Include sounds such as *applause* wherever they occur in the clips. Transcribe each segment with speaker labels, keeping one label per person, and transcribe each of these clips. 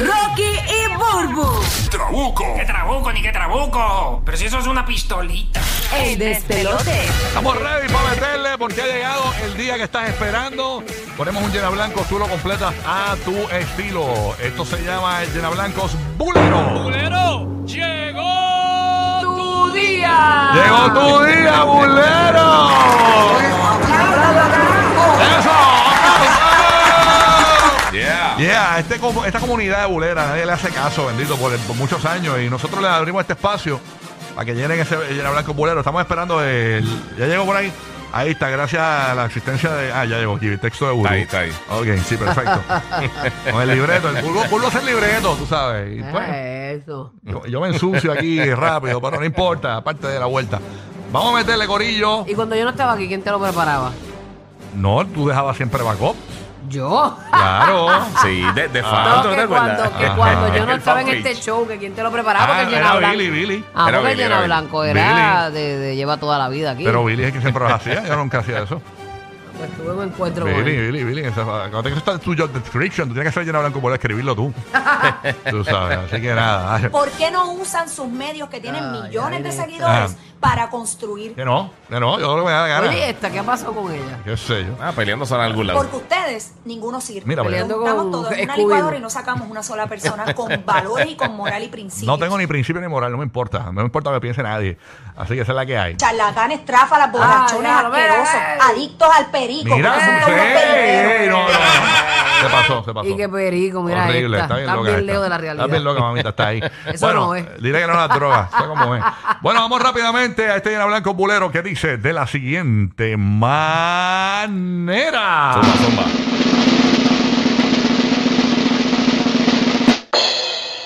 Speaker 1: Rocky y Burbu,
Speaker 2: ¡Trabuco!
Speaker 3: ¡Qué trabuco, ni qué trabuco! Pero si eso es una pistolita.
Speaker 1: el despelote.
Speaker 2: Estamos ready para meterle porque ha llegado el día que estás esperando. Ponemos un llena blanco, tú lo completas a tu estilo. Esto se llama el llena blancos bulero.
Speaker 4: Pero llegó tu
Speaker 2: Llegó tu día, bulero. Eso, aplausos.
Speaker 4: Yeah.
Speaker 2: Yeah, este, com- esta comunidad de bulera, nadie le hace caso, bendito, por, por muchos años. Y nosotros le abrimos este espacio para que llenen ese llena blanco bulero. Estamos esperando el. Ya llegó por ahí. Ahí está, gracias a la asistencia de. Ah, ya llegó aquí, el texto de Burbu.
Speaker 4: Está ahí, está ahí.
Speaker 2: Ok, sí,
Speaker 4: *laughs*
Speaker 2: perfecto. Con el libreto, el Burbu, Burbu hace el libreto, tú sabes. Y, pues,
Speaker 5: Eso.
Speaker 2: yo, yo me ensucio aquí rápido, pero no importa, aparte de la vuelta. Vamos a meterle corillo.
Speaker 5: Y cuando yo no estaba aquí, ¿quién te lo preparaba?
Speaker 2: No, tú dejabas siempre backup.
Speaker 5: Yo.
Speaker 2: Claro. Ah.
Speaker 4: Sí, de, de
Speaker 5: No,
Speaker 4: fan, ¿tú no te
Speaker 5: que cuando,
Speaker 4: acuerdas?
Speaker 5: que
Speaker 4: Ajá.
Speaker 5: cuando yo no
Speaker 4: El
Speaker 5: estaba en
Speaker 4: fanpage.
Speaker 5: este show, que quién te lo preparaba, porque
Speaker 2: Ah,
Speaker 5: el
Speaker 2: era
Speaker 5: llena blanco.
Speaker 2: Billy, Billy.
Speaker 5: Ah,
Speaker 4: Era
Speaker 5: porque el
Speaker 4: Billy,
Speaker 5: llena
Speaker 4: era Billy.
Speaker 5: blanco era de, de lleva toda la vida aquí.
Speaker 2: Pero Billy es el que siempre lo hacía, yo nunca hacía eso.
Speaker 5: pues tuve un encuentro con
Speaker 2: Billy,
Speaker 5: él.
Speaker 2: Billy, Billy, esa- cuando tengas que estar tu job description, tú tienes que ser llena blanco por escribirlo tú. tú sabes, así que nada. ay,
Speaker 6: ¿Por qué no usan sus medios que tienen
Speaker 5: Ay,
Speaker 6: millones
Speaker 5: ay,
Speaker 6: de
Speaker 5: neta.
Speaker 6: seguidores
Speaker 2: Ah.
Speaker 6: para construir?
Speaker 2: Que no, que no, yo lo que me da la gana.
Speaker 5: Oye, eh, esta, ¿qué ha pasado con ella?
Speaker 2: Qué sé yo.
Speaker 4: Ah, peleándose en algún lado.
Speaker 6: Porque ustedes, ninguno sirve.
Speaker 2: Mira, pues. vaya.
Speaker 5: Peleando
Speaker 6: Estamos
Speaker 5: con
Speaker 6: todos en una
Speaker 5: Scooby-Doo.
Speaker 6: licuadora y no sacamos una sola
Speaker 2: *laughs*
Speaker 6: persona con valores y con moral y principios.
Speaker 2: No tengo ni principio ni moral, no me importa. No me importa lo que piense nadie. Así que esa es la que hay.
Speaker 6: Charlatanes, tráfalas, borrachones,
Speaker 5: Ah, ya lo ves.
Speaker 6: asquerosos, adictos al perico.
Speaker 2: Mira,
Speaker 6: porque son
Speaker 2: sí,
Speaker 6: unos periqueros.
Speaker 2: ey, no, no, no. Se pasó, se pasó.
Speaker 5: Y qué perico, mira
Speaker 2: Horrible,
Speaker 5: esta.
Speaker 2: está bien
Speaker 5: Estás
Speaker 2: loca.
Speaker 5: bien
Speaker 2: esta.
Speaker 5: lejos de la realidad.
Speaker 2: Está bien loca, mamita, está ahí.
Speaker 5: *laughs* Eso
Speaker 2: bueno,
Speaker 5: no es.
Speaker 2: Dile que no la
Speaker 5: *laughs*
Speaker 2: droga, está como es. Bueno, vamos rápidamente a este llena blanco bulero que dice de la siguiente manera.
Speaker 4: Zumba, zumba.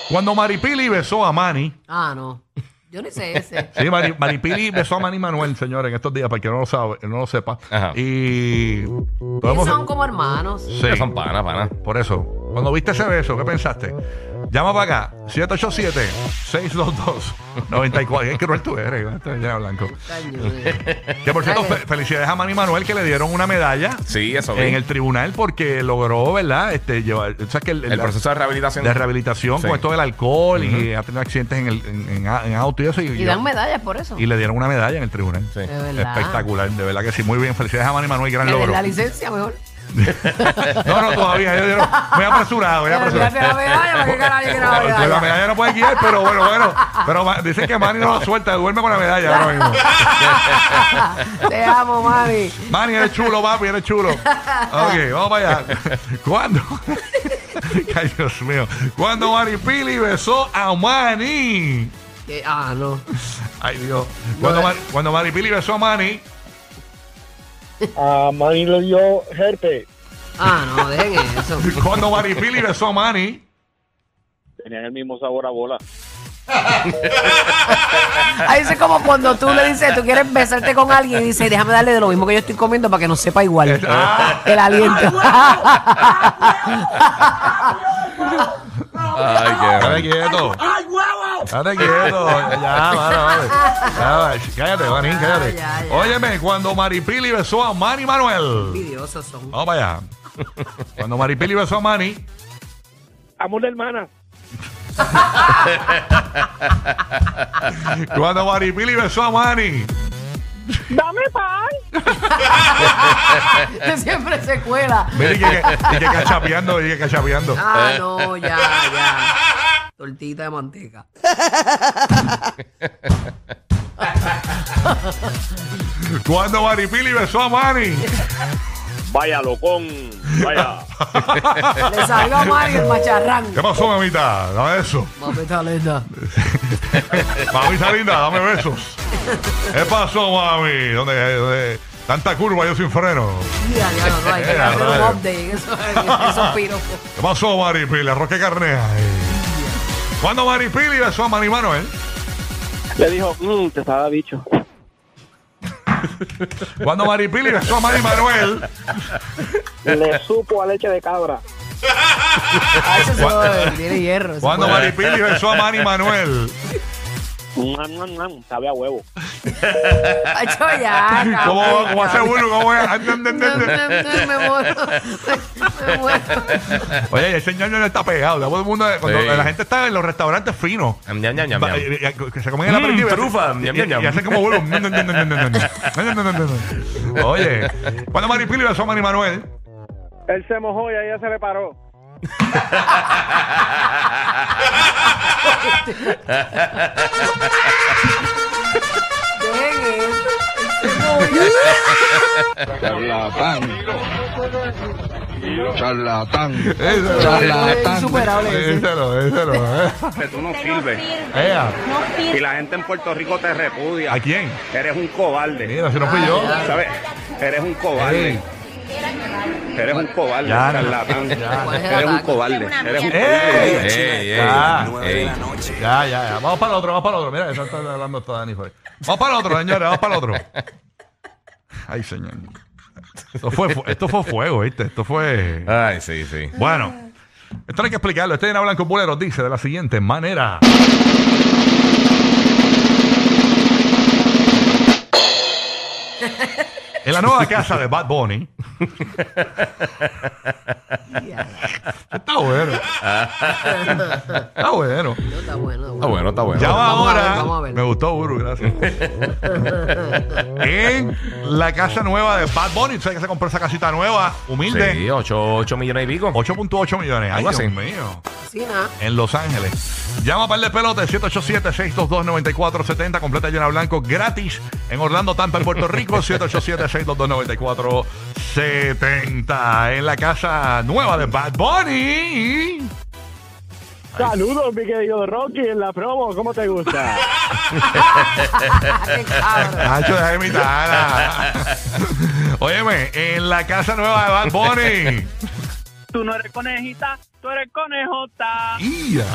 Speaker 2: Cuando Maripili besó a Manny,
Speaker 5: Ah, no. Yo ni sé ese.
Speaker 2: sí, Mari- Maripili besó a Manny Manuel, señores, en estos días, para el que no lo, sabe, no lo sepa.
Speaker 4: Ajá.
Speaker 2: Y.
Speaker 5: Ellos
Speaker 2: podemos-
Speaker 5: son como hermanos.
Speaker 2: Sí.
Speaker 4: Pero Son panas, panas.
Speaker 2: Por eso, cuando viste ese beso, ¿qué pensaste? Llama para acá, 787-622-94. Qué cruel tú eres, este Llena blanco. Que por cierto, fe- felicidades a Manny Manuel que le dieron una medalla
Speaker 4: Sí, eso
Speaker 2: en
Speaker 4: bien.
Speaker 2: el tribunal porque logró, ¿verdad? Este, llevar, o sea, que el,
Speaker 4: El
Speaker 2: la-
Speaker 4: proceso de rehabilitación.
Speaker 2: de rehabilitación
Speaker 4: Sí.
Speaker 2: con esto del alcohol y ha tenido accidentes en, el, en, en a- en auto y eso. Y,
Speaker 5: Y dan medallas por eso.
Speaker 2: y le dieron una medalla en el tribunal.
Speaker 4: Sí.
Speaker 5: De verdad.
Speaker 2: Espectacular, de verdad que sí. Muy bien, felicidades a Manny Manuel, gran
Speaker 5: Que le den
Speaker 2: logro.
Speaker 5: La licencia mejor.
Speaker 2: No, no, todavía. Yo, yo, muy apresurado, muy
Speaker 5: Que le den
Speaker 2: apresurado.
Speaker 5: la medalla, ¿para qué carajo yo quiero la
Speaker 2: Pues la
Speaker 5: medalla?
Speaker 2: medalla no puede guiar, pero bueno, bueno. Pero ma- dicen que Manny no la suelta, duerme con la medalla ahora mismo.
Speaker 5: Te amo, mami.
Speaker 2: Manny, eres chulo, papi, eres chulo. Ok, vamos para allá. ¿Cuándo? *laughs* Ay, Dios mío. Cuando Maripili besó a Manny.
Speaker 5: Que- Ah, no.
Speaker 2: Ay, Dios. Cuando, Mar- cuando Maripili besó a Manny.
Speaker 7: a Manny le dio herpes.
Speaker 5: Ah, no, dejen eso.
Speaker 2: Cuando Maripili besó a Manny.
Speaker 7: Tenían el mismo sabor a bola.
Speaker 5: Ahí es como cuando tú le dices, tú quieres besarte con alguien y dices, déjame darle de lo mismo que yo estoy comiendo para que no sepa igual.
Speaker 2: *laughs* Ah.
Speaker 5: El aliento.
Speaker 4: Ay, qué
Speaker 2: Dale quieto. Date quieto. Ya, vale, vale. Ya, vale. Cállate, Manny, cállate.
Speaker 5: ya, ya.
Speaker 2: Óyeme, cuando Maripili besó a Manny Manuel.
Speaker 5: Envidiosos son.
Speaker 2: Vamos para allá. Cuando Maripili besó a Manny.
Speaker 7: Amor de hermana.
Speaker 2: Cuando Maripili besó a Manny.
Speaker 7: ¡Dame pan!
Speaker 5: *laughs* Siempre se cuela.
Speaker 2: Eh. Mira, y que, y que cachapeando, y que cachapeando.
Speaker 5: Ah, no, ya, ya. tortillita de manteca.
Speaker 2: Cuando Maripili besó a Manny.
Speaker 7: Vaya locón,
Speaker 8: *laughs*
Speaker 7: vaya.
Speaker 5: Le salió a Mario el macharrán.
Speaker 2: ¿Qué pasó, mamita? Dame eso. *laughs*
Speaker 5: Mamita linda.
Speaker 2: Mamita linda, dame besos. ¿Qué pasó, mami? ¿Dónde, dónde- Tanta curva, yo sin freno.
Speaker 5: Ya, ya, no, no, hay que
Speaker 2: Ya,
Speaker 5: darle un
Speaker 2: rayos.
Speaker 5: update. Eso, esos piropos.
Speaker 2: ¿Qué pasó, Maripili? Roque Carnea. Cuando Maripili besó a Manny Manuel.
Speaker 7: Le dijo, mmm, te estaba bicho.
Speaker 2: Cuando Maripili besó a Manny Manuel.
Speaker 7: Le supo a leche de cabra.
Speaker 5: Ah, eso se lo- tiene hierro. eso
Speaker 2: Cuando
Speaker 5: puede-
Speaker 2: Maripili besó a Manny Manuel.
Speaker 7: Nam, nam, nam, sabe a huevo.
Speaker 5: Acho, ya,
Speaker 2: ¿Cómo,
Speaker 5: cabrón.
Speaker 2: cómo hace uno? ¿Cómo es? Ande, ande, ande,
Speaker 5: No, no,
Speaker 2: ande.
Speaker 5: no, *laughs* me muero. Me muero.
Speaker 2: Oye, ese ñoño no está pegado. Todo el mundo, cuando
Speaker 4: Sí.
Speaker 2: la gente está en los restaurantes finos.
Speaker 4: Ñam, ñam, ñam, ñam,
Speaker 2: Va, eh,
Speaker 4: ñam.
Speaker 2: y- y- que se comen el
Speaker 4: Mm,
Speaker 2: aperitivo. y hace-
Speaker 4: trufa.
Speaker 2: y-
Speaker 4: Ñam,
Speaker 2: y-
Speaker 4: ñam, ñam.
Speaker 2: Y hace como
Speaker 4: *laughs*
Speaker 2: vuelo. Ñam, ñam, ñam, ñam, ñam, ñam, ñam, ñam, ñam. Oye, cuando Maripili besó a Manny Manuel,
Speaker 7: Él se mojó y a ella se le paró.
Speaker 5: Dejen eso. Ese pollo.
Speaker 8: Charlatán. Charlatán.
Speaker 2: Eso.
Speaker 8: Charlatán.
Speaker 5: Insuperable ese.
Speaker 2: díselo, díselo. eh.
Speaker 8: Que tú no sirves.
Speaker 2: Ea,
Speaker 6: No
Speaker 8: Y la gente en Puerto Rico te repudia.
Speaker 2: ¿A quién?
Speaker 8: Eres un cobarde.
Speaker 2: Mira, si no fui yo.
Speaker 8: ¿Sabes? Eres un
Speaker 5: Ah,
Speaker 8: cobarde.
Speaker 2: Ey.
Speaker 8: Eres un cobarde.
Speaker 2: Ya,
Speaker 8: Charlatán.
Speaker 5: ¿Cuál es el
Speaker 8: Eres un
Speaker 5: ataque?
Speaker 8: cobarde. Eres un
Speaker 2: ¡Ey!
Speaker 8: cobarde.
Speaker 4: Ey, ey,
Speaker 2: Ya,
Speaker 4: ey.
Speaker 2: ya, ya, ya. Vamos para el otro, vamos para el otro. Mira, eso está hablando toda Dani Flores. Vamos para el otro, señores, vamos para el otro. Ay, señor. Esto fue, fu- esto fue fuego, ¿viste? Esto fue.
Speaker 4: Ay, sí, sí.
Speaker 2: Bueno, esto hay que explicarlo. Este en Blanco Bolero dice de la siguiente manera. En la nueva casa de Bad Bunny. Está bueno. Está bueno.
Speaker 5: Está bueno,
Speaker 4: Está bueno, está bueno.
Speaker 2: Ya va
Speaker 5: Vamos a ver,
Speaker 2: ahora.
Speaker 5: vamos a ver.
Speaker 2: Me gustó, Buru, gracias. en la casa nueva de Bad Bunny. Tú sabes que se compró esa casita nueva, humilde.
Speaker 4: Sí, 8 millones y pico.
Speaker 2: 8.8 millones. Ay,
Speaker 4: Algo
Speaker 2: Dios
Speaker 4: así.
Speaker 2: mío.
Speaker 5: Sí, nada.
Speaker 2: En Los Ángeles. Llama a par de pelotes 787-622-9470. Completa llena blanco gratis en Orlando, Tampa, en Puerto Rico. 787-622-9470. En la casa nueva de Bad Bunny.
Speaker 7: Saludos, mi querido Rocky, en la promo. ¿Cómo te gusta?
Speaker 5: Qué cabrón.
Speaker 2: Nacho, deja de imitar.
Speaker 4: *laughs*
Speaker 2: Óyeme, en la casa nueva de Bad Bunny.
Speaker 7: tú no eres conejita, tú eres conejota.
Speaker 2: Ia.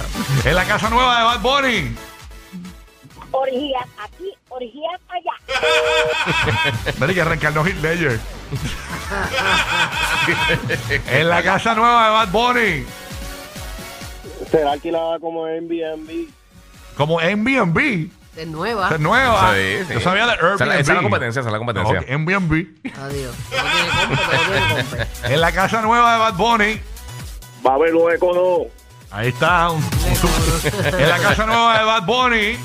Speaker 2: En la casa nueva de Bad Bunny.
Speaker 6: Orgías aquí, orgías allá.
Speaker 2: *laughs* Mira que reencarnó Heath
Speaker 4: *laughs*
Speaker 2: Ledger. en la casa nueva de Bad Bunny.
Speaker 7: Será alquilada como Airbnb.
Speaker 2: Como Airbnb.
Speaker 5: De nueva.
Speaker 2: Esta es nueva.
Speaker 4: Sí, sí.
Speaker 2: ah, Yo sabía de Airbnb.
Speaker 4: Esa es la- esa es la competencia, esa es la competencia.
Speaker 2: Ok, Airbnb.
Speaker 5: Adiós. No tiene compra, no tiene compra.
Speaker 2: En la casa nueva de Bad Bunny.
Speaker 7: Va a haber un econo.
Speaker 2: Ahí está. un- un su- en la casa nueva de Bad Bunny.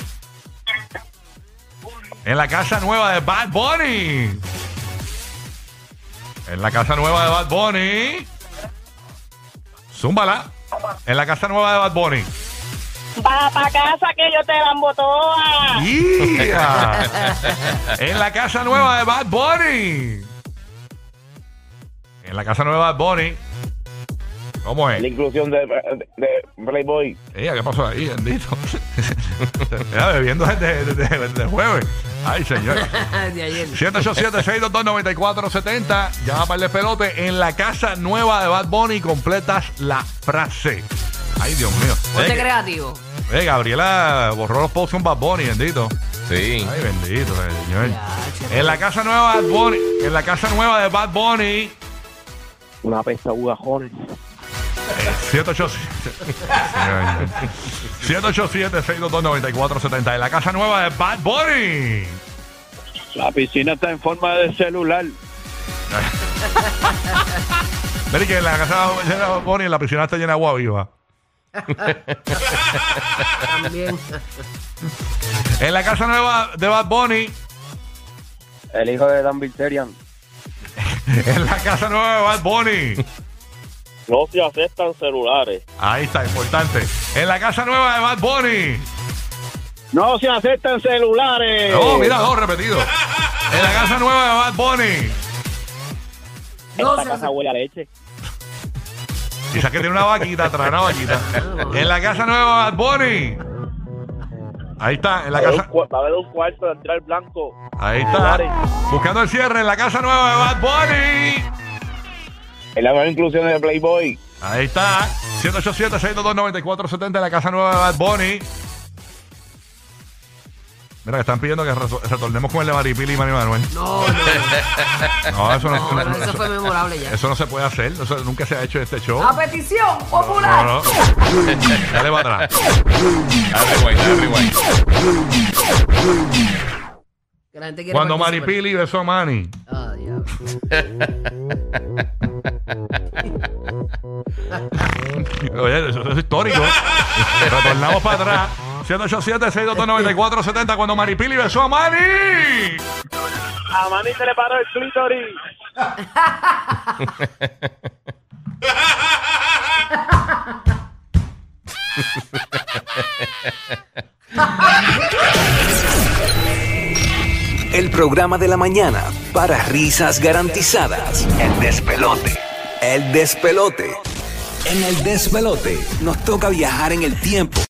Speaker 2: En la casa nueva de Bad Bunny. En la casa nueva de Bad Bunny. Zúmbala. En la casa nueva de Bad Bunny.
Speaker 7: Va pa' casa que yo te la toda.
Speaker 2: Yeah. en la casa nueva de Bad Bunny. En la casa nueva de Bad Bunny. ¿Cómo es?
Speaker 7: inclusión de, Playboy.
Speaker 2: Ella, Eh, ¿qué pasó ahí, bendito? *laughs* Era bebiendo desde, desde- desde el jueves. Ay, señor.
Speaker 5: Ah, De ayer.
Speaker 2: 787-622-9470. Llama para el pelote. En la casa nueva de Bad Bunny completas la frase. Ay, Dios mío.
Speaker 5: Ponte
Speaker 2: Oye,
Speaker 5: creativo.
Speaker 2: oye, Gabriela borró los posts con Bad Bunny, bendito.
Speaker 4: Sí.
Speaker 2: Ay, bendito, señor. En la casa nueva de Bad Bunny, en la casa nueva de Bad Bunny,
Speaker 7: Una pesta bugajones.
Speaker 2: 787 787-622-9470. En la casa nueva de Bad Bunny.
Speaker 7: La piscina está en forma de celular.
Speaker 2: Mira que en la casa llena de Bad Bunny, en la piscina está llena de agua viva.
Speaker 5: También.
Speaker 2: En la casa nueva de Bad Bunny,
Speaker 7: El hijo de Dan Bilzerian.
Speaker 2: en la casa nueva de Bad Bunny,
Speaker 7: No se aceptan celulares.
Speaker 2: Ahí está, importante. En la casa nueva de Bad Bunny.
Speaker 7: No se aceptan celulares.
Speaker 2: Oh, mira, dos repetidos. En la casa nueva de Bad Bunny.
Speaker 7: Esta casa huele a leche.
Speaker 2: Quizás que tiene una vaquita atrás, una vaquita. En la casa nueva de Bad Bunny. Ahí está, en la
Speaker 7: Va a haber
Speaker 2: casa.
Speaker 7: un cua- va a haber un cuarto de entrar blanco.
Speaker 2: Ahí está. Buscando el cierre en la casa nueva de Bad Bunny.
Speaker 7: Es la nueva inclusión de Playboy.
Speaker 2: Ahí está. 787-622-9470 en la casa nueva de Bad Bunny. Mira, que están pidiendo que reto- retornemos con el de Maripili y Mari Manuel.
Speaker 5: No, no,
Speaker 2: No, eso no,
Speaker 5: no,
Speaker 2: no-
Speaker 5: eso fue memorable ya.
Speaker 2: eso no se puede hacer. Eso nunca se ha hecho en este show.
Speaker 5: A petición popular.
Speaker 2: No, no. Dale para atrás.
Speaker 4: Dale rewind, dale rewind.
Speaker 5: Que la gente quiere
Speaker 2: Cuando
Speaker 5: participar.
Speaker 2: Maripili besó a Manny.
Speaker 5: Ah, diablo.
Speaker 2: Oye, eso, eso es histórico. Retornamos para atrás. 787-622-9470 cuando Maripili besó a Manny.
Speaker 7: A Manny se le paró el clítoris.
Speaker 9: El programa de la mañana para risas garantizadas. El despelote. El despelote. En el despelote nos toca viajar en el tiempo